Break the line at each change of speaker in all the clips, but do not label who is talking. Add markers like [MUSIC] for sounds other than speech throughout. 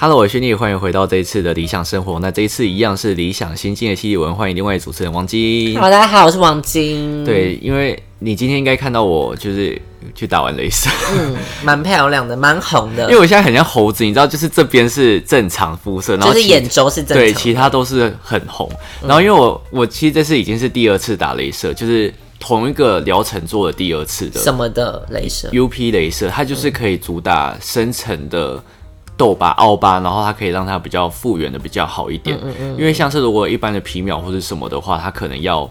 Hello，我是聂，欢迎回到这一次的理想生活。那这一次一样是理想新进的系列文，欢迎另外一位主持人王晶。
好，大家好，我是王晶。，
对，因为你今天应该看到我就是去打完镭射，
嗯，蛮漂亮的，蛮红的
[LAUGHS] 因为，我现在很像猴子，你知道，就是这边是正常肤色，然后
就是
其
眼周是正常的。
对，其他都是很红。然后因为我我其实这次已经是第二次打镭射，就是同一个疗程做了第二次的
什么的镭射，
UP 镭射，它就是可以主打深层的痘疤、凹疤，然后它可以让它比较复原的比较好一点。因为像是如果一般的皮秒或者什么的话，它可能要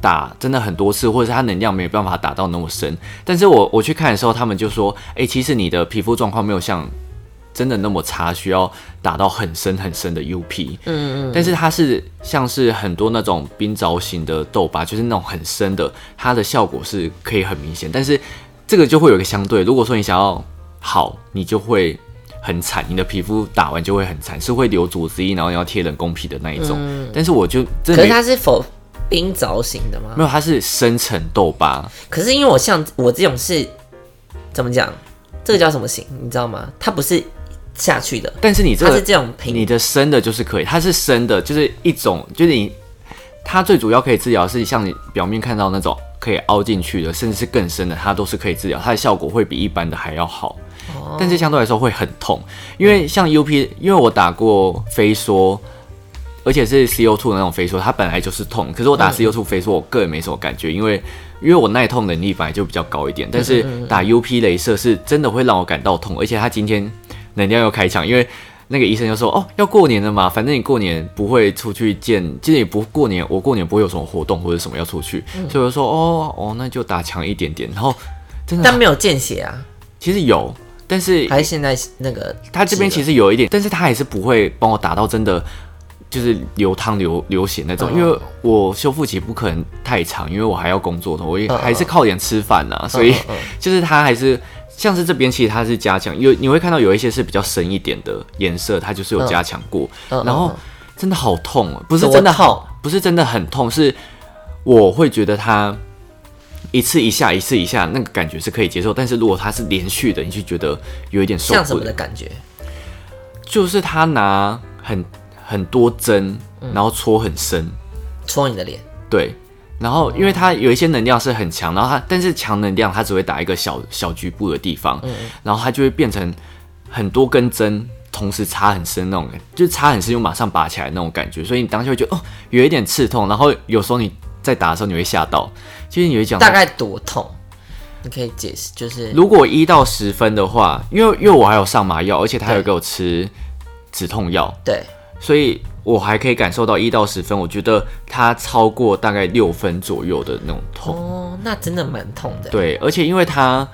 打真的很多次，或者是它能量没有办法打到那么深。但是我我去看的时候，他们就说，诶，其实你的皮肤状况没有像。真的那么差，需要打到很深很深的 UP，嗯嗯，但是它是像是很多那种冰凿型的痘疤，就是那种很深的，它的效果是可以很明显，但是这个就会有一个相对。如果说你想要好，你就会很惨，你的皮肤打完就会很惨，是会留组织液，然后你要贴人工皮的那一种。但是我就真的
可是
没
它是否冰凿型的吗
没？有，它是深层痘疤，
可是因为我像我这种是怎么讲，这个叫什么型，你知道吗？它不是下去的，
但是你这
它
个
是这种
你
平。
的深的就是可以，它是深的，就是一种，就是你它最主要可以治疗是像你表面看到那种可以凹进去的，甚至是更深的，它都是可以治疗，它的效果会比一般的还要好。但是相对来说会很痛，因为像 UP，因为我打过飞梭，而且是 CO2 那种飞梭，它本来就是痛。可是我打 CO2 飞梭，我个人没什么感觉，因为因为我耐痛能力本来就比较高一点。但是打 UP 镭射是真的会让我感到痛，而且它今天能量又开场，因为那个医生就说：“哦，要过年了嘛，反正你过年不会出去见，其实也不过年，我过年不会有什么活动或者什么要出去，所以我就说：哦哦，那就打强一点点。然后真
但
的
没有见血啊，
其实有，但是
还是现在那个
他这边其
实
实有一点，但是他还是不会帮我打到真的就是流汤流流血那
嗯
种，因为我修复期不可能太长，因为我还要工作的，我也
嗯嗯
还是靠点吃饭呐、啊所以就是他还是。像是这边其实它是加强，有你会看到有一些是比较深一点的颜色，它就是有加强过，
嗯嗯
然后真的好痛哦，不是
多
真的
痛
好，不是真的很痛，是我会觉得它一次一下一次一下那个感觉是可以接受，但是如果它是连续的，你就觉得有一点受不了。
像什么的感觉？
就是他拿很很多针，
嗯
然后戳很深，
戳你的脸，
对。然后，因为它有一些能量是很强，然后它但是强能量它只会打一个小小局部的地方，
嗯
然后它就会变成很多根针同时插很深那种，就是插很深又马上拔起来那种感觉，所以你当下会觉得哦有一点刺痛，然后有时候你在打的时候你会吓到，其实你会讲
大概多痛？你可以解释，就是
如果一到十分的话，因为因为我还有上麻药，而且他有给我吃止痛药，
对，
所以我还可以感受到一到十分，我觉得它超过大概六分左右的那种痛。
哦，那真的蛮痛的。
对，而且因为它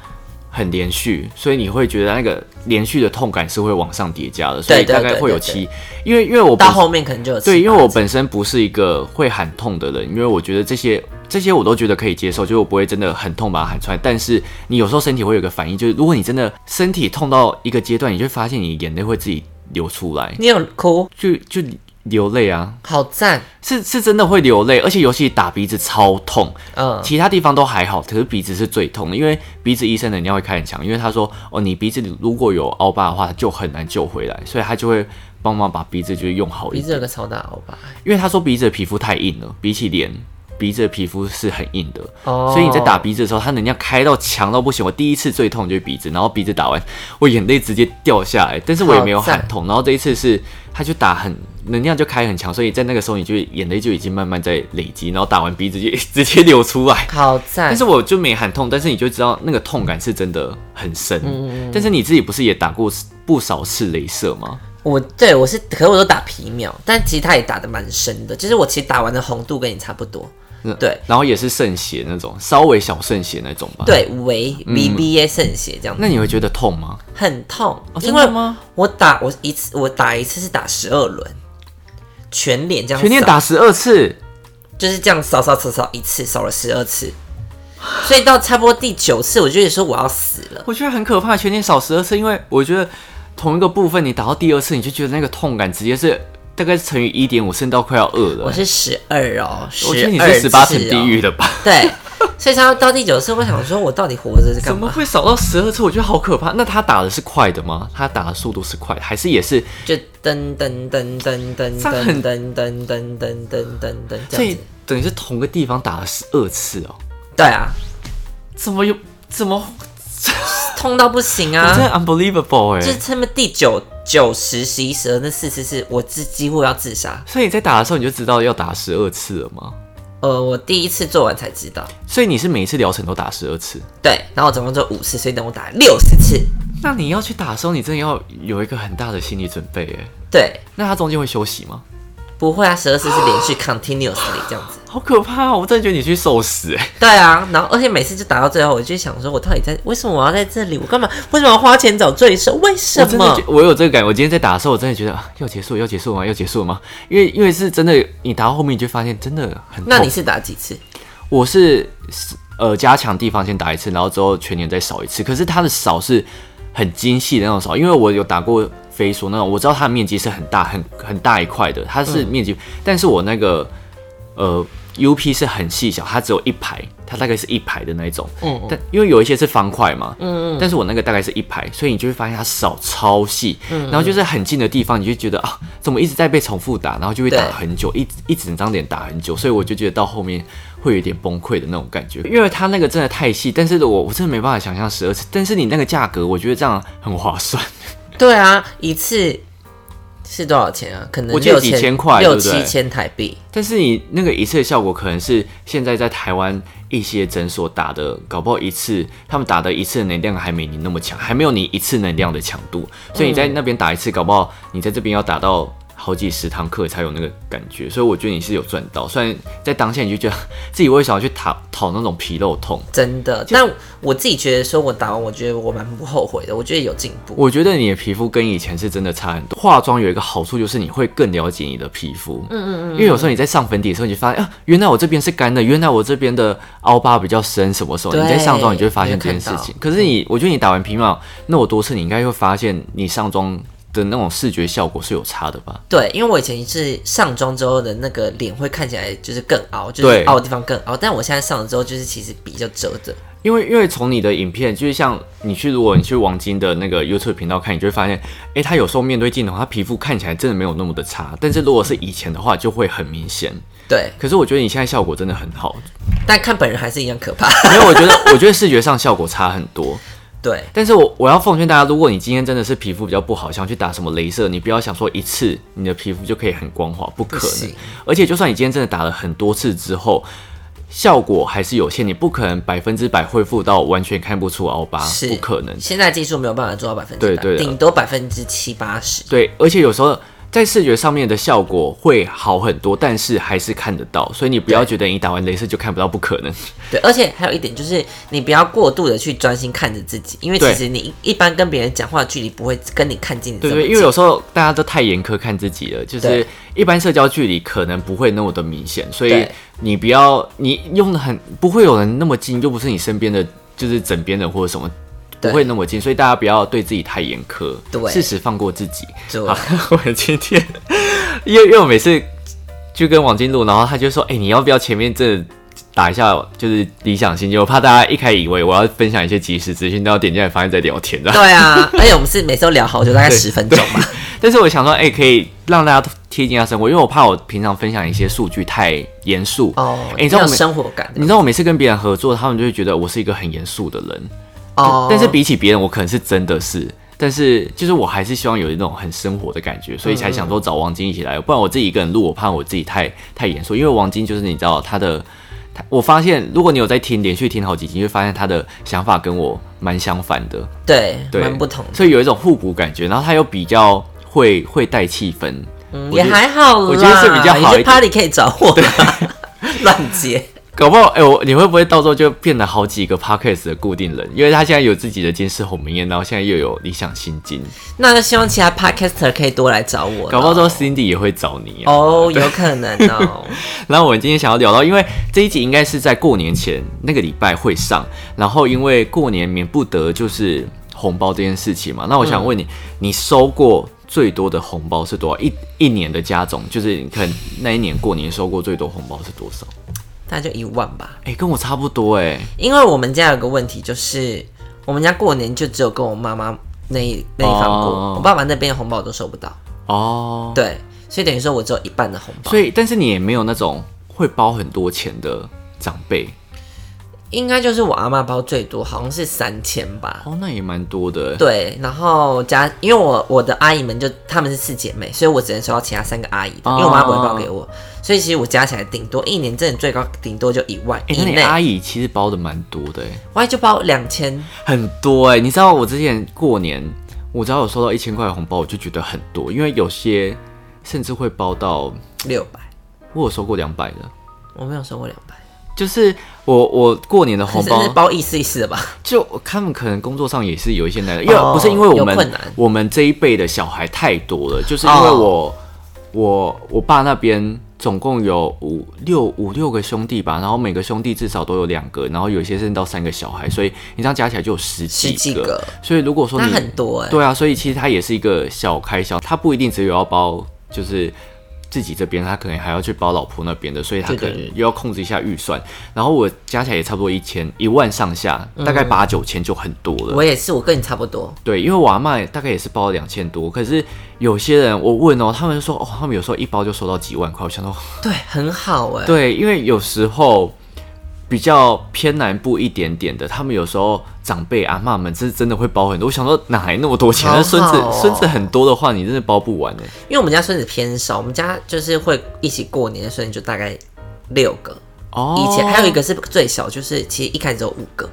很连续，所以你会觉得那个连续的痛感是会往上叠加的，所以
对对
大概
对
会有
对对
七。因为因为我本
到后面可能就有
对，
刺
因为我本身不是一个会喊痛的人，因为我觉得这些这些我都觉得可以接受，就是我不会真的很痛把它喊出来。但是你有时候身体会有一个反应，就是如果你真的身体痛到一个阶段，你就会发现你眼泪会自己流出来，
你有哭，
就就流泪啊。
好赞，
是是真的会流泪，而且尤其打鼻子超痛，
嗯，
其他地方都还好，可是鼻子是最痛的，因为鼻子医生能量会开很强，因为他说哦，你鼻子如果有凹疤的话，就很难救回来，所以他就会帮忙把鼻子就是用好一点，
鼻子有个超大凹疤，
因为他说鼻子的皮肤太硬了，比起脸。鼻子的皮肤是很硬的，
哦
所以你在打鼻子的时候，它能量开到强到不行。我第一次最痛就是鼻子，然后鼻子打完，我眼泪直接掉下来，但是我也没有
好赞
喊痛。然后这一次是，他就打很能量就开很强，所以在那个时候你就眼泪就已经慢慢在累积，然后打完鼻子就 [LAUGHS] 直接流出来。
好赞。
但是我就没喊痛，但是你就知道那个痛感是真的很深。
嗯
但是你自己不是也打过不少次镭射吗？
我对我是，可是我都打皮秒，但其实他也打的蛮深的，就是我其实打完的红度跟你差不多，
啊
对
然后也是渗血那种，稍微小渗血那种吧。
对，为 BBA 渗血这样
嗯
子，
那你会觉得痛吗？
很痛，因
真的
为
吗
我打我一次，我打一次是打十二轮，全脸这样扫，
全年打十二次，
就是这样扫扫扫扫一次，扫了十二次，所以到差不多第九次，我就觉得说我要死了，
呃我觉得很可怕。全年少十二次，因为我觉得同一个部分你打到第二次，你就觉得那个痛感直接是大概乘以一点五，甚至到快要二了
我。是十二哦，哦
我
十
觉得你
二 [LAUGHS]
是十八层地狱的吧？
对，所以他到第九次，我想说，我到底活着是干
怎么
嘛？
会少到十二次？我觉得好可怕。那他打的是快的吗？他打的速度是快的，还是也是？
就噔噔噔噔噔噔
这样很
噔噔噔噔噔噔噔这
所
样
以
子。
等于是同个地方打了十二次哦？
对啊，
怎么有？怎么？
痛到不行
我真的
啊！
unbelievable 哎、
就是他们第九、九十、十一、十二那四次是我自几乎要自杀。
所以你在打的时候你就知道要打十二次了吗？
呃，我第一次做完才知道，
所以你是每一次疗程都打十二次？
对，然后我总共做五次，所以等我打六十次，
那你要去打的时候，你真的要有一个很大的心理准备哎。
对，
那他中间会休息吗？
不会啊，十二次是连续 continuously 这样子。
好可怕、哦！我真的觉得你去受死哎。
对啊，然后而且每次就打到最后，我就想说，我到底在为什么我要在这里？我干嘛？为什么要花钱找罪受？为什
我真的
么
觉？我有这个感觉，我今天在打的时候，我真的觉得、啊、要结束，要结束吗？要结束了吗？因为因为是真的，你打到后面你就发现真的很痛。
那你是打几次？
我是呃加强地方先打一次，然后之后全年再扫一次。可是它的扫是很精细的那种扫，因为我有打过飞梭那种，我知道它的面积是很大、很很大一块的，它是面积，但是我那个呃 UP 是很细小，它只有一排，它大概是一排的那一种。
嗯
但因为有一些是方块嘛，嗯嗯，但是我那个大概是一排，所以你就会发现它扫超细，
嗯
然后就是很近的地方，你就觉得啊，怎么一直在被重复打，然后就会打
对
很久，一直一整张脸打很久，所以我就觉得到后面会有一点崩溃的那种感觉，因为它那个真的太细，但是我我真的没办法想象十二次，但是你那个价格，我觉得这样很划算，
对啊，一次是多少钱啊？可能
我记得
六
几千块
六
对不对
七千台币。
但是你那个一次的效果，可能是现在在台湾一些诊所打的，搞不好一次他们打的一次的能量还没你那么强，还没有你一次能量的强度，所以你在那边打一次，搞不好你在这边要打到好几十堂课才有那个感觉。所以我觉得你是有赚到，虽然在当下你就觉得自己为什么要去讨讨那种皮肉痛，
真的，但我自己觉得说，我打完，我觉得我蛮不后悔的，我觉得有进步。
我觉得你的皮肤跟以前是真的差很多。化妆有一个好处就是你会更了解你的皮肤，嗯嗯嗯。因为有时候你在上粉底的时候，你就发现啊，原来我这边是干的，原来我这边的凹疤比较深，什么时候
对
你在上妆你就会发现这件事情。可是你，我觉得你打完皮秒那么多次，你应该会发现你上妆的那种视觉效果是有差的吧？
对，因为我以前是上妆之后的那个脸会看起来就是更凹，就是
对
凹的地方更凹，但我现在上了之后，就是其实比较遮着。
因为因为从你的影片，就是像你去如果你去王晶的那个 YouTube 频道看，你就会发现，诶，他有时候面对镜头，他皮肤看起来真的没有那么的差，但是如果是以前的话，就会很明显。
对，
可是我觉得你现在效果真的很好，
但看本人还是一样可怕。 [LAUGHS]
因为我觉得，我 [LAUGHS] 觉得视觉上效果差很多。
对，
但是我我要奉劝大家，如果你今天真的是皮肤比较不好，想去打什么镭射，你不要想说一次你的皮肤就可以很光滑，不可
不
能
行。
而且就算你今天真的打了很多次之后，效果还是有限，你不可能百分之百恢复到完全看不出凹疤，
是
不可能。
现在技术没有办法做到百分之
对啊
百
对，的
顶多百分之七八十。
对，而且有时候在视觉上面的效果会好很多，但是还是看得到，所以你不要觉得你打完镭射就看不到，不可能。
对，而且还有一点就是，你不要过度的去专心看着自己，因为
对
其实你一一般跟别人讲话的距离不会跟你看近的这
对
么
对，
近。
因为有时候大家都太严苛看自己了，就是
对
一般社交距离可能不会那么的明显，所以
对
你不要你用的很不会有人那么近，又不是你身边的就是枕边人或者什么。不
对
会那么近，所以大家不要对自己太严苛，
对
适时放过自己。
对
好，我们今天，因为因为我每次就跟王金录，然后他就说：“哎、你要不要前面这打一下，就是理想性？”就我怕大家一开始以为我要分享一些即时资讯，然后点进来发现在聊天的。
[LAUGHS] 对啊，而且我们是每次都聊好久，大概十分钟吧。
但是我想说，哎、可以让大家贴近一下生活，因为我怕我平常分享一些数据太严肃。
哦，
哎你知道
要
我
有
每
生活感
你知道我每次跟别人合作，他们就会觉得我是一个很严肃的人，
哦，
但是比起别人，我可能是真的是。但是，就是我还是希望有一种很生活的感觉，所以才想说找王晶一起来，不然我自己一个人录，我怕我自己太太严肃。因为王晶就是你知道他的，他我发现如果你有在听连续听好几集，你会发现他的想法跟我蛮相反的。
对，
对
蛮不同的，
所以有一种互补感觉，然后他又比较会会带气氛，
嗯
我
也
觉得
还好啦。
我觉得是比较好一点
有些 party 可以找我啦 [LAUGHS] 乱接。
搞不好哎、我你会不会到时候就变得好几个 podcast 的固定人？因为他现在有自己的金丝鸿门宴，然后现在又有理想新金，
那就希望其他 podcaster 可以多来找我啦。
搞不好之后 Cindy 也会找你、啊。
哦，有可能哦。
然后我们今天想要聊到，因为这一集应该是在过年前那个礼拜会上，然后因为过年免不得就是红包这件事情嘛，那我想问你，
嗯
你收过最多的红包是多少？一一年的加总，就是你可能那一年过年收过最多红包是多少？
大概就一万吧。
哎、跟我差不多哎、
因为我们家有个问题，就是我们家过年就只有跟我妈妈那一那一方过，
哦
我爸爸那边的红包我都收不到。
哦，
对，所以等于说我只有一半的红包
所，以但是你也没有那种会包很多钱的长辈
应该就是我阿妈包最多，好像是三千吧。
哦，那也蛮多的。
对，然后加，因为我我的阿姨们就她们是四姐妹，所以我只能收到其他三个阿姨的，
哦
因为我妈不会包给我，所以其实我加起来顶多一年真的最高顶多就一万
哎、
以
那你
内，
阿姨其实包的蛮多的哎、
我还就包两千，
很多哎、你知道我之前过年，我只要有收到一千块的红包，我就觉得很多，因为有些甚至会包到
六百，
我有收过两百的，
我没有收过两百，
就是我我过年的红
真
包
是包一次一次的吧？
就他们可能工作上也是有一些难因为
哦
不是因为我
有困
们
难
我们这一辈的小孩太多了，就是因为
哦
我、我我爸那边总共有五六五六个兄弟吧，然后每个兄弟至少都有两个，然后有一些甚至到三个小孩，所以你这样加起来就有十几
十
个。
几个，
所以如果说
那
你
很多哎、
对啊，所以其实它也是一个小开销，它不一定只有要包就是自己这边，他可能还要去包老婆那边的，所以他
对
可
对
能又要控制一下预算。然后我加起来也差不多一千一万上下，大概八九千就很多了。
我也是，我跟你差不多，
对，因为我阿嬷大概也是包了两千多，可是有些人我问哦，他们就说哦，他们有时候一包就收到几万块，我想说
对，很好哎、
对，因为有时候比较偏南部一点点的，他们有时候长辈阿嬷们是真的会包很多。我想说哪来那么多钱？
好
那孙子
好哦
孙子很多的话，你真的包不完哎。
因为我们家孙子偏少，我们家就是会一起过年的孙子就大概六个，
哦
以前还有一个是最小，就是其实一开始只有五个，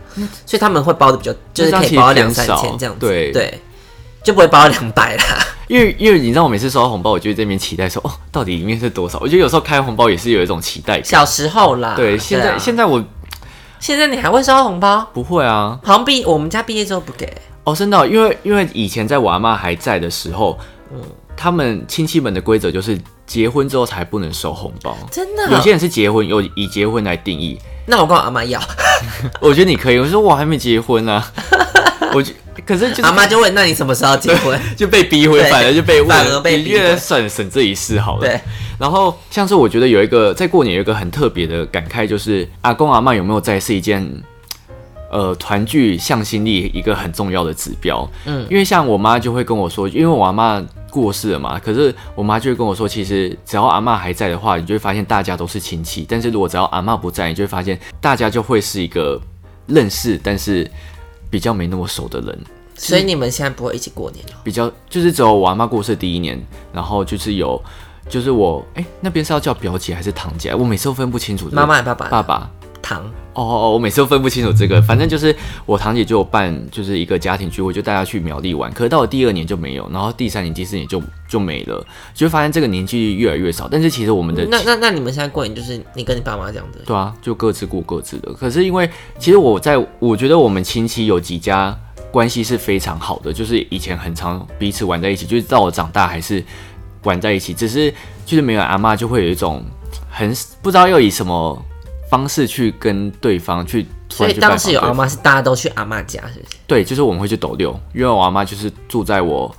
所以他们会包的比较，就是可以包到两三千这样子，
那这样其实偏少对
就不会包两百
[LAUGHS]
啦。
因为因为你知道，我每次收到红包，我就会在那边期待说，哦，到底里面是多少？我觉得有时候开红包也是有一种期待感。
小时候啦，
对，现在、
啊
现在我
现在你还会收到红包？
不会啊。
好像毕我们家毕业之后不给，
哦，真的哦、因为因为以前在我阿妈还在的时候，
嗯
他们亲戚们的规则就是结婚之后才不能收红包。
真的。
有些人是结婚，有以结婚来定义。
那我跟我阿妈要，
我觉得你可以，我说我还没结婚
[LAUGHS]
啊，我就可是就是
阿妈就问那你什么时候要结婚？
[LAUGHS] 就被逼婚，
对
反而就被问
反而被
你
逼婚
越省省这一世好了。
对，
然后像是我觉得有一个在过年有一个很特别的感慨，就是阿公阿嬷有没有在是一件。呃，团聚向心力一个很重要的指标，嗯，因为像我妈就会跟我说，因为我阿妈过世了嘛，可是我妈就会跟我说，其实只要阿嬷还在的话，你就会发现大家都是亲戚，但是如果只要阿嬷不在，你就会发现大家就会是一个认识，但是比较没那么熟的人，
所以你们现在不会一起过年哦了？
比较就是只有我阿妈过世第一年，然后就是有就是我哎、那边是要叫表姐还是堂姐啊？我每次都分不清楚。
妈妈还爸爸
爸爸
糖
哦哦，哦我每次都分不清楚这个。反正就是我堂姐就有办就是一个家庭聚会，就带她去苗栗玩。可是到了第二年就没有，然后第三年、第四年就就没了，就会发现这个年纪越来越少。但是其实我们的
那那那你们现在过年就是你跟你爸妈这样子，
对啊，就各自过各自的。可是因为其实我在，我觉得我们亲戚有几家关系是非常好的，就是以前很常彼此玩在一起，就是到我长大还是玩在一起，只是就是没有阿嬷就会有一种很不知道要以什么方式去跟对方去。突
所
然
以
去拜
当
访
时有
对
阿
方
妈是大家都去阿妈家，是不是？
对，就是我们会去斗六，因为我阿妈就是住在我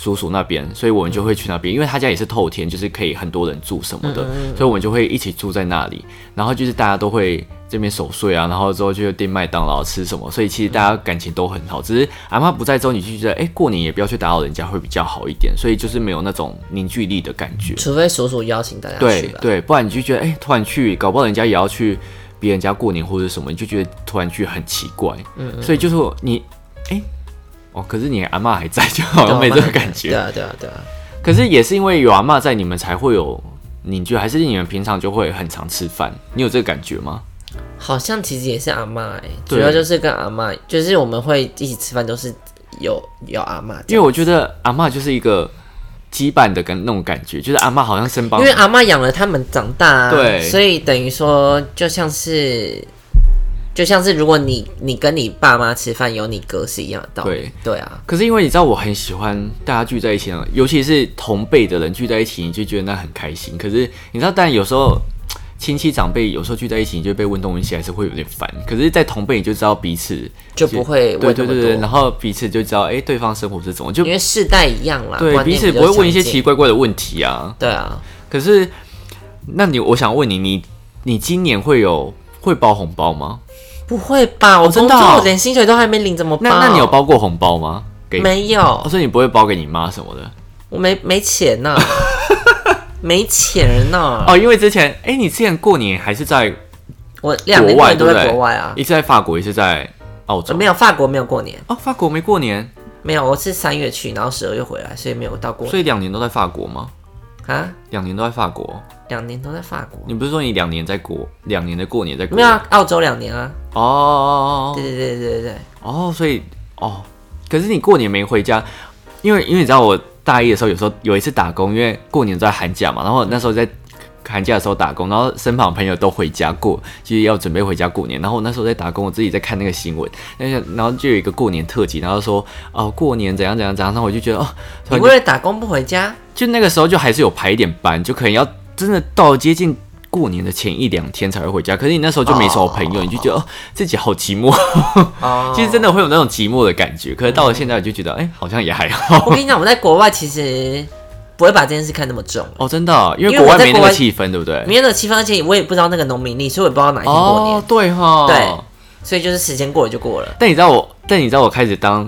叔叔那边，所以我们就会去那边，因为他家也是透天，就是可以很多人住什么的，嗯所以我们就会一起住在那里。然后就是大家都会这边守岁啊，然后之后就订麦当劳吃什么，所以其实大家感情都很好。只是阿妈不在之后，你就觉得哎、诶过年也不要去打扰人家会比较好一点，所以就是没有那种凝聚力的感觉。
除非叔叔邀请大家去
对
吧。
对，不然你就觉得哎、诶突然去，搞不好人家也要去别人家过年或者什么，你就觉得突然去很奇怪。
嗯
所以就是我你哎、哦，可是你阿嬷还在，就好
对
像
啊
没
妈
这个
妈
感
对
觉。
啊，对啊，对啊。
可是也是因为有阿嬷在，你们才会有凝聚，还是你们平常就会很常吃饭？你有这个感觉吗？
好像其实也是阿妈哎、
对
主要就是跟阿妈，就是我们会一起吃饭，都是有有阿妈，
因为我觉得阿嬷就是一个羁绊的跟那种感觉，就是阿嬷好像身帮
因为阿妈养了他们长大、啊，
对
所以等于说就像是就像是如果你你跟你爸妈吃饭有你哥是一样的道理，对啊，
可是因为你知道我很喜欢大家聚在一起啊，尤其是同辈的人聚在一起，你就觉得那很开心。可是你知道，但有时候亲戚长辈有时候聚在一起，你就被问东问西，还是会有点烦。可是，在同辈你就知道彼此
就不会
对
问那
对
么多，
对对，然后彼此就知道哎、诶对方生活是怎么，就
因为世代一样啦，
对
观
彼
念
此
比较
不会问一些
相
奇
近，
怪怪的问题啊。
对啊，
可是，那你我想问你，你你今年会有会包红包吗？
不会吧？我
真的
工作
哦
连薪水都还没领，怎么包？
那那你有包过红包吗？给
没
哦，
有？
所以你不会包给你妈什么的
我没没钱
[LAUGHS]
呐、没钱呐、
哦，因为之前哎、你之前过年还是在
我两
国
年
外，
都
不
在
对？
国外啊，
一次在法国，一次在澳洲。
没有法国没有过年，
哦，法国没过年，
没有，我是三月去，然后十二月回来，所以没有到过
所以两年都在法国吗？
啊，
两年都在法国？
两年都在法国，
你不是说你两年在国，两年的过年在国？
没有、啊、澳洲两年啊，
哦哦
对
哦
对对对对对，
哦哦，所以哦，可是你过年没回家，因为因为你知道我大一的时候有时候有一次打工，因为过年都在寒假嘛，然后那时候在。寒假的时候打工，然后身旁的朋友都回家过，就是要准备回家过年。然后我那时候在打工，我自己在看那个新闻，那个然后就有一个过年特辑，然后说哦过年怎样怎样怎样，然后我就觉得哦，突
你
然就
为了打工不回家，
就那个时候就还是有排一点班，就可能要真的到接近过年的前一两天才会回家。可是你那时候就没什么朋友，你就觉得、哦、自己好寂寞。
哦，
其实真的会有那种寂寞的感觉。可是到了现在，我就觉得哎、好像也还好
我。跟你讲，我在国外其实不会把这件事看那么重，
哦，真的哦、因为
因为
国
我
外
在
没那
国
个
外
气氛，对不对？
没有那个气氛，而且我也不知道那个农民历，所以我也不知道哪一天过年，
哦，对哈，
对。所以就是时间过了就过了。
但你知道我，但你知道我开始当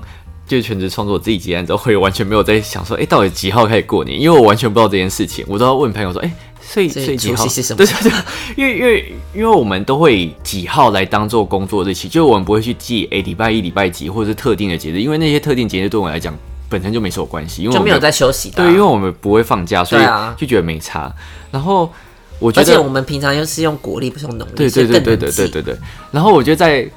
就是全职创作我自己接案之后，会完全没有在想说，哎、到底几号开始过年？因为我完全不知道这件事情，我都要问朋友说，哎、所以
所
所
以
以几号
除夕是什么
[LAUGHS] 对对对，因为因为因为我们都会以几号来当做工作日期，就是我们不会去记哎礼、拜一、礼拜几或者是特定的节日，因为那些特定节日对我来讲本身就没什么关系，因为我
就
们
没有在休息的啊、
对，因为我们不会放假，所以
对啊
就觉得没差。然后我觉
而且
得
我们平常又是用国历，不是用农历，
对
所
对
以
对
更
对
难
对
记
对对对。然后我觉得在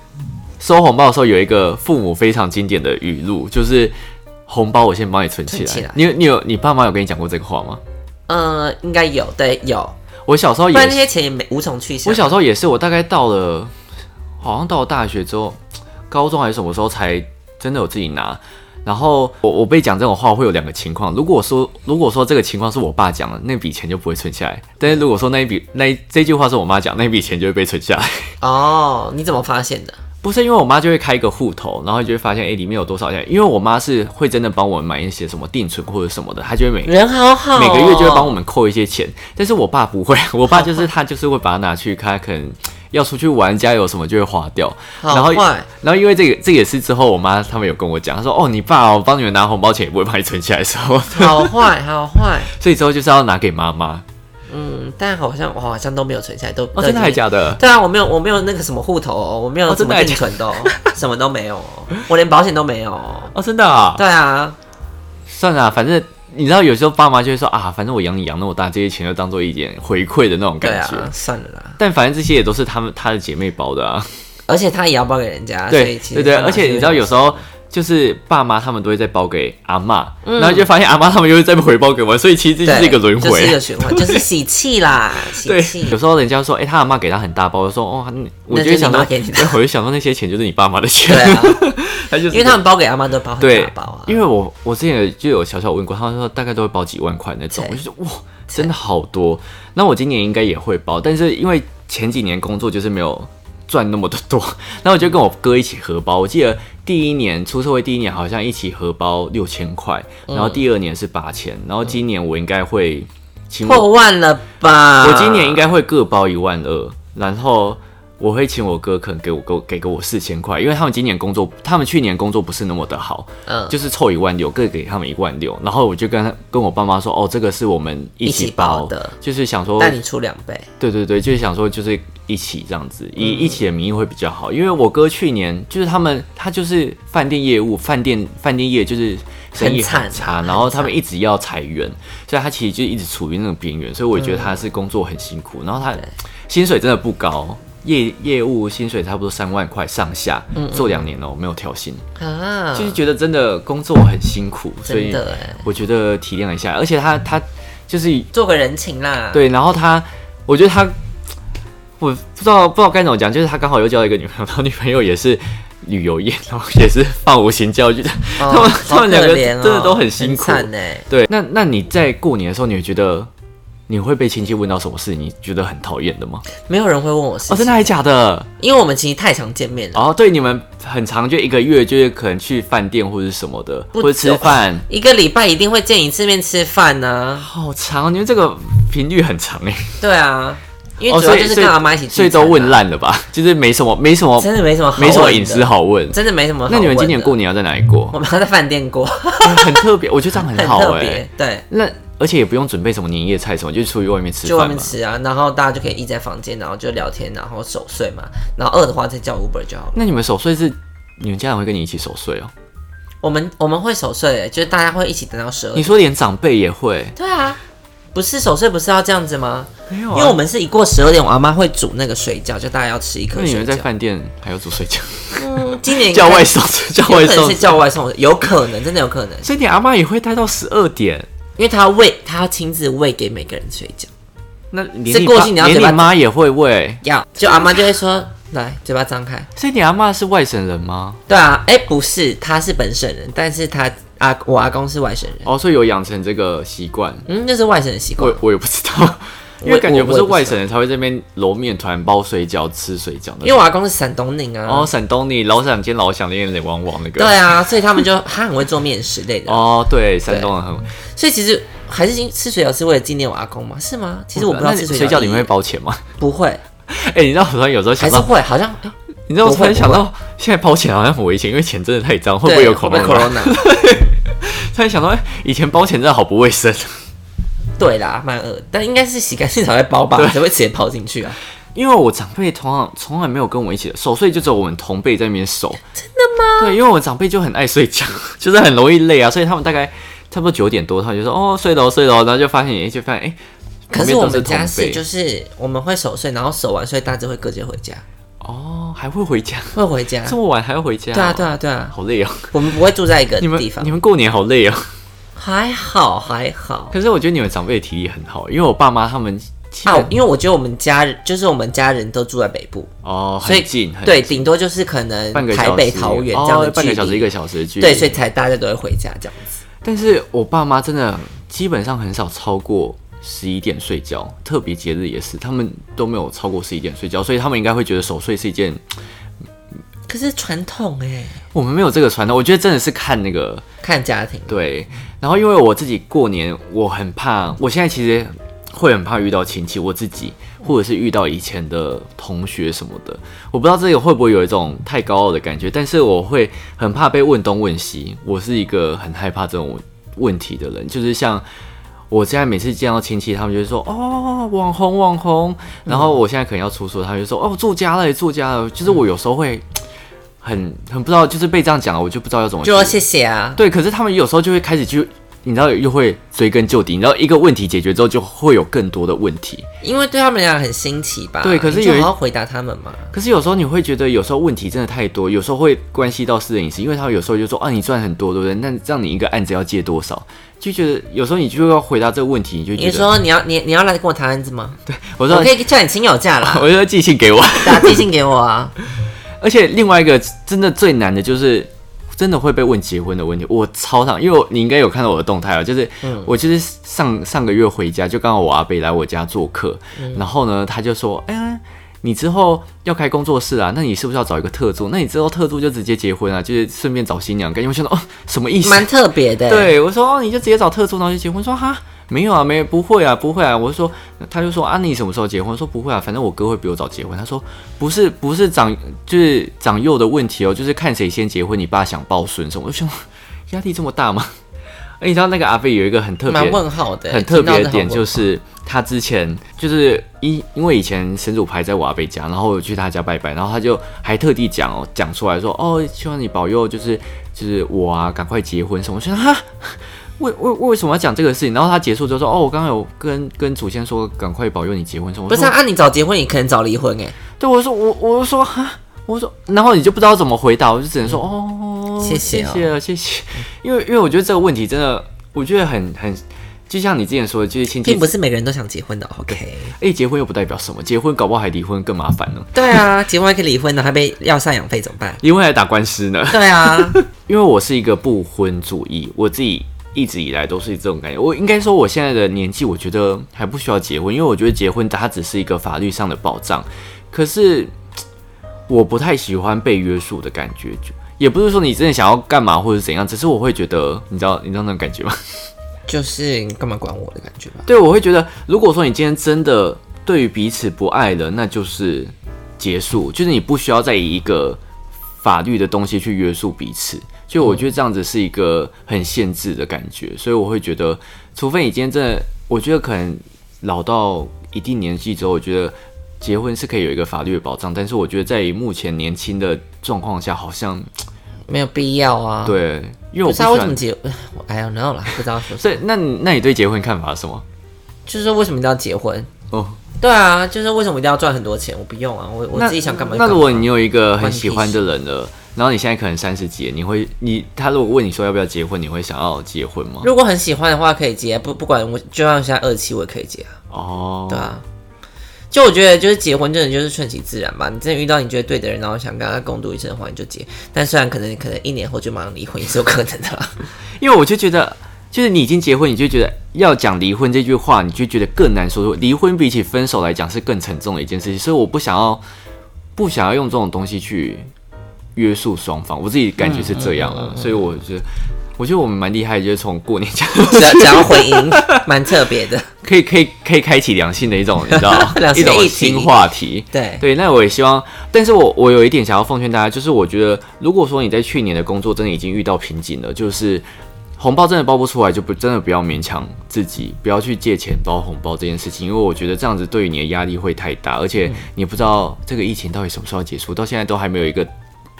收红包的时候，有一个父母非常经典的语录，就是红包我先帮你存起来。
存起来
你有你有你爸妈有跟你讲过这个话吗？
呃，应该有，对有，
我小时候
不
也
然那
是，
些钱也没无从去向。
我小时候也是，我大概到了好像到了大学之后，高中还是什么时候才真的有自己拿。然后我我被讲这种话会有两个情况，如果说如果说这个情况是我爸讲的，那笔钱就不会存下来；但是如果说那一笔那一这句话是我妈讲，那笔钱就会被存下来。 [LAUGHS]
哦，你怎么发现的？
不是因为我妈就会开一个户头，然后就会发现哎、诶里面有多少钱，因为我妈是会真的帮我们买一些什么定存或者什么的，她就会每、
人好好、
每个月就会帮我
们。
们扣一些钱，但是我爸不会， [LAUGHS] 我爸就是他就是会把它拿去，他可能要出去玩，家有什么就会花掉，
好
然后
坏
然后因为这个这也是之后我妈他们有跟我讲，她说哦你爸哦帮你们拿红包钱也不会帮你存起来，说
好坏， [LAUGHS] 好坏，
[LAUGHS] 所以之后就是要拿给妈妈
嗯，但好像我好像都没有存下来，都
哦，真的还？
都已
假的
经？对啊，我没有，我没有那个什么户头、哦，我没有
哦
什
真的
么
还
定存的、哦，什么都没有哦，我连保险都没有哦。
[LAUGHS] 哦，真的啊，
对啊，
算了啊、反正你知道，有时候爸妈就会说啊，反正我养你养那么大，这些钱就当做一点回馈的那种
对
感觉。
啊，算了啦。
但反正这些也都是他们他的姐妹包的啊，
而且他也要包给人家，啊所
对
以其实
对对，
他们
而且你知道有时候就是爸妈他们都会再包给阿嬷，然后就发现阿嬷他们又会再回包给我，所以其实这
嗯对
是一个轮
就是一
回
个。循
[LAUGHS]
环，就是喜气啦，喜
对， [LAUGHS]
气
有。时候人家说，哎、他阿嬷给他很大包，我说哦，那我
那
就会
就是你
想到，
妈给你
[LAUGHS]
的
对我就想到那些钱就是你爸妈的钱
对，啊，
[LAUGHS] 他就是
因为他们包给阿妈都包很
对
大包啊，
因为我我之前有就有小小问过，他们说大概都会包几万块那种，
对
我就觉得哇，真的好多。那我今年应该也会包，但是因为前几年工作就是没有赚那么的多， [LAUGHS] 那我就跟我哥一起合包。我记得第一年出社会第一年好像一起合包六千块，
嗯
然后第二年是八千，然后今年我应该会请我
破万了吧？
我今年应该会各包一万二，然后我会请我哥可能给我给我给个我四千块，因为他们今年工作，他们去年工作不是那么的好，
嗯
就是凑一万六，各给他们一万六，然后我就跟他跟我爸妈说，哦，这个是我们一
一
起
起包
包
的
就是想说，
但你出两倍，
对对对，就是想说就是一起这样子，
嗯
以一起的名义会比较好，因为我哥去年就是他们他就是饭店业务，饭店饭店业就是生意
很惨
很
啊
差，
很
然后他
惨
们一直要裁员，所以他其实就一直处于那种边缘，所以我觉得他是工作很辛苦，
嗯
然后他薪水真的不高。业业务薪水差不多三万块上下，
嗯
做两年了，哦我没有调薪，
啊
就是觉得真的工作很辛苦，所
真
以
的哎，
我觉得体谅一下。而且他他就是
做个人情啦。，
对，然后他，我觉得他，我不知道不知道该怎么讲，就是他刚好又交了一个女朋友，然后女朋友也是旅游业，然后也是放无形教育，
哦、
他们
好
他们两个
可怜哦
真的都很辛苦
惨哎。
[LAUGHS] 对，那那你在过年的时候，你会觉得你会被亲戚问到什么事，你觉得很讨厌的吗？
没有人会问我事
哦，真
情，
的还假的？
因为我们其实太常见面了。
哦，对，你们很常就一个月就是可能去饭店或者是什么的，
不
或者吃
久
饭，
一个礼拜一定会见一次面吃饭呢、啊
好长，你们这个频率很长哎。
对啊，因为主要就是跟阿妈一 [LAUGHS] 起聚餐啊、
所以都问烂了吧？ [LAUGHS] 就是没什么，没什么，
真的没什么好问的，
没什么隐私好问。
真的没什么好问的。
那你们今年过年要在哪里过？
[LAUGHS] 我们要在饭店过，
嗯很特别，我觉得这样
很
好
特
哎、
别，对，
那而且也不用准备什么年夜菜什么，就是出去外面吃
就外
饭
面
嘛。
吃啊，然后大家就可以一直在房间，然后就聊天，然后守岁嘛，然后饿的话再叫 Uber 就好了。
那你们守岁是你们家长会跟你一起守岁哦？
我们我们会守岁，就是大家会一起等到十二
你。说连长辈也会？
对啊，不是守岁不是要这样子吗？
没有
因为我们是一过十二点，我阿妈会煮那个水饺，就大家要吃一颗
那你
水
们在
饺。
饭店还有煮水饺，
今 [LAUGHS] 年应该
叫外送，叫外
[LAUGHS] 有可能
送
是。叫外送，有可能真的有可能，
所以你阿妈也会待到十二点。
因为他要喂，他要亲自喂给每个人睡觉。
那连
是
你
过
爸
去你要
连
嘴巴
你妈也会喂，
要，就阿妈就会说：“来，嘴巴张开。
所以你阿妈是外省人吗？”
对啊，哎、不是，他是本省人，但是他阿我阿公是外省人，
哦，所以有养成这个习惯，
嗯，那是外省人习惯
我。我也不知
[LAUGHS]
道，因为感觉
我
不是外省人才会这边揉面团、包水饺、吃水饺那
因为
种。
我阿公是山东人啊，
哦，山东你老想煎老想念脸汪汪那个。
对啊，所以他们就 [LAUGHS] 他很会做面食类的，
哦，对，山东人很。
所以其实还是吃水饺是为了纪念我阿公嘛，是吗？其实我不知道
那
吃
你
水
水
饺
饺
的
你
意义
们会包钱吗？
不会，
[LAUGHS] 哎、你知道我突然有时候想
还是
到，
会，
[LAUGHS]
好像哎
你知道我突然
不会
想到，现在包钱好像很危险，因为钱真的太脏，会
对
不会有
会
恐
不会
龙？
corona？
突然想到，哎、以前包钱真的好不卫生。
对啦，蛮恶，但应该是洗干净才会包
[LAUGHS]
吧， [LAUGHS] 才会直接包进去啊。
因为我长辈通常从来没有跟我一起守岁，就只有我们同辈在那边守。真的吗？对，因为我长辈就很爱睡觉， [LAUGHS] 就是很容易累啊，所以他们大概差不多九点多，他们就说哦睡了睡了，然后就发现哎就发现哎，
可
旁
是
边
我
都
们
同
家是
辈
就是我们会守岁，然后守完岁大家会各自回家，
哦还会回
[LAUGHS]
家，
会回家。
这么晚还要回家、
对啊，对，啊，对啊，
好累哦。
我们不会住在一个
你们
地方
你，们过年好累哦。
还好还好。
可是我觉得你们长辈的体力很好，因为我爸妈他们基
啊
本、，
因为我觉得我们家人就是我们家人都住在北部，
哦
所以
很近，很
对，顶多就是可能
半个小
台
时
北、桃园这样的
哦，半
距
个小时一
离，
个小时的距离。
对，所以才大家都会回家这样子。
但是我爸妈真的基本上很少超过十一点睡觉，特别节日也是，他们都没有超过十一点睡觉，所以他们应该会觉得守岁是一件
可是传统哎、
我们没有这个传统。我觉得真的是看那个
看家庭，
对，然后因为我自己过年，我很怕，我现在其实会很怕遇到亲戚，我自己或者是遇到以前的同学什么的，我不知道这个会不会有一种太高傲的感觉，但是我会很怕被问东问西，我是一个很害怕这种问题的人，就是像。我现在每次见到亲戚，他们就会说哦，网红网红，然后我现在可能要出书，他们就说哦，作家了作家了，就是我有时候会很很不知道，就是被这样讲了，我就不知道要怎么去
就说谢谢啊，
对，可是他们有时候就会开始去，你知道，又会追根究底。你知道，一个问题解决之后，就会有更多的问题。
因为对他们来讲很新奇吧。
对可是
你就
有一
好好回答他们嘛。
可是有时候你会觉得，有时候问题真的太多，有时候会关系到私人隐私，因为他们有时候就说啊，你赚很多，对不对？那这样你一个案子要借多少？就觉得有时候你就要回答这个问题，你就
你
觉
就
得，
说你要你你要来跟我谈案子吗？
我说
我可，以叫你亲友
[LAUGHS]
价啦，
我就说寄信给我。
打寄信给我啊。
而且另外一个真的最难的就是。真的会被问结婚的问题，我超常，因为我你应该有看到我的动态了，啊就是、我就是上上个月回家，就刚好我阿伯来我家做客，然后呢，他就说，哎、呀，你之后要开工作室啊，那你是不是要找一个特助？那你之后特助就直接结婚啊，就是顺便找新娘跟。因为我想到哦，什么意思？
蛮特别的、，欸
对，我说哦，你就直接找特助，然后就结婚。说哈，没有啊，没不会啊，不会啊。我就说，他就说啊，你什么时候结婚？我说不会啊，反正我哥会比我早结婚。他说不是，不是长就是长幼的问题哦，就是看谁先结婚。你爸想抱孙什么？我就想 [LAUGHS] 压力这么大吗？哎，你知道那个阿贝有一个很特别
蛮，问号的、欸
很特别的点就是是，他之前就是因因为以前神主牌在我阿伯家，然后我去他家拜拜，然后他就还特地讲哦讲出来说哦，希望你保佑，就是就是我啊，赶快结婚什么。我说 [LAUGHS] 哈，为为为什么要讲这个事情？然后他结束之后说哦，我刚刚有跟跟祖先说，赶快保佑你结婚什么。我
不是
说
啊？啊你早结婚，你可能早离婚哎、
对，我说我我就说哈，我说，然后你就不知道怎么回答，我就只能说哦，
谢谢
谢
哦
谢了，谢谢，因为因为我觉得这个问题真的，我觉得很很，就像你之前说的，就是亲戚
并不是每个人都想结婚的。OK，
哎、结婚又不代表什么，结婚搞不好还离婚更麻烦呢，
对啊，结婚还可以离婚的，还被要赡养费怎么办？
离婚还打官司呢。 [LAUGHS]
对啊，
因为我是一个不婚主义，我自己一直以来都是这种感觉。我应该说，我现在的年纪，我觉得还不需要结婚，因为我觉得结婚它只是一个法律上的保障。可是我不太喜欢被约束的感觉，就也不是说你真的想要干嘛或者怎样，只是我会觉得，你知道，你知道那种感觉吗？
就是你干嘛管我的感觉吧。
对，我会觉得，如果说你今天真的对于彼此不爱了，那就是结束，就是你不需要再以一个法律的东西去约束彼此。就我觉得这样子是一个很限制的感觉，所以我会觉得，除非你今天真的，我觉得可能老到一定年纪之后，我觉得结婚是可以有一个法律的保障，但是我觉得在目前年轻的状况下，好像
没有必要啊。
对，因为我不
不知
喜
道为什么
欢。
结，我 I don't know 啦，不知道说什
所
么
以，那你那你对结婚看法是什
[LAUGHS]
么？
就是说为什么一定要结婚？
哦，
对啊，就是为什么一定要赚很多钱？我不用啊，我我
那
自己想干嘛就
那
干嘛。
如果你有一个很
关你
喜
屁
欢的人了，然后你现在可能三十几了，你会你他如果问你说要不要结婚，你会想要结婚吗？
如果很喜欢的话，可以结，不不管我，就算现在二期我也可以结啊，
哦，
对啊。就我觉得，就是结婚真的就是顺其自然吧。你真的遇到你觉得对的人，然后想跟他共度一生的话，你就结。但虽然可能可能一年后就马上离婚也是有可能的
[LAUGHS]
啊、
因为我就觉得，就是你已经结婚，你就觉得要讲离婚这句话，你就觉得更难说出。离婚比起分手来讲是更沉重的一件事情，所以我不想要，不想要用这种东西去约束双方。我自己感觉是这样
嗯
了，所以我觉得，我觉得我们蛮厉害的，就是 [LAUGHS] 从过年讲，
只要只要啊婚姻，蛮特别的。
可以可以可以开启良性的一种，你知道
[LAUGHS] 良，
一
性的
种
议题
新话题。
对，
对，那我也希望，但是我我有一点想要奉劝大家，就是我觉得，如果说你在去年的工作真的已经遇到瓶颈了，就是红包真的包不出来，就不真的不要勉强自己，不要去借钱包红包这件事情，因为我觉得这样子对于你的压力会太大，而且你不知道这个疫情到底什么时候结束，到现在都还没有一个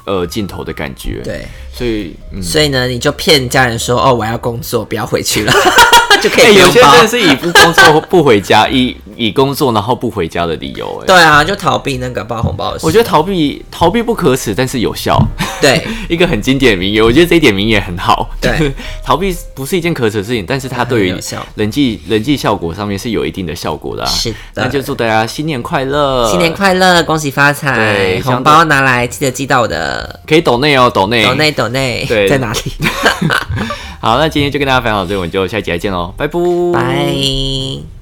呃尽头的感觉。，
对，
所以嗯，
所以呢，你就骗家人说哦，我要工作，不要回去了，
[LAUGHS]
就可
[LAUGHS] 哎、
以不
有
用
些
包。
人 [LAUGHS] 真的是以不工作不回家，以以工作然后不回家的理由、哎，
对啊，就逃避那个包红包的事。
我觉得逃避逃避不可耻，但是有效。
对，
[LAUGHS] 一个很经典的名言，我觉得这一点名言很好。
对，
逃避不是一件可耻的事情，但是它对于
很有效
人际人际效果上面是有一定的效果的、啊。
是的
那就祝大家新年快乐，
新年快乐，恭喜发财
对，
红包拿来记得寄到我的
可以抖内哦，抖内
抖内抖内
对
在哪里？
好，那今天就跟大家分享到这里，我们就下期再见喽，拜拜，
拜。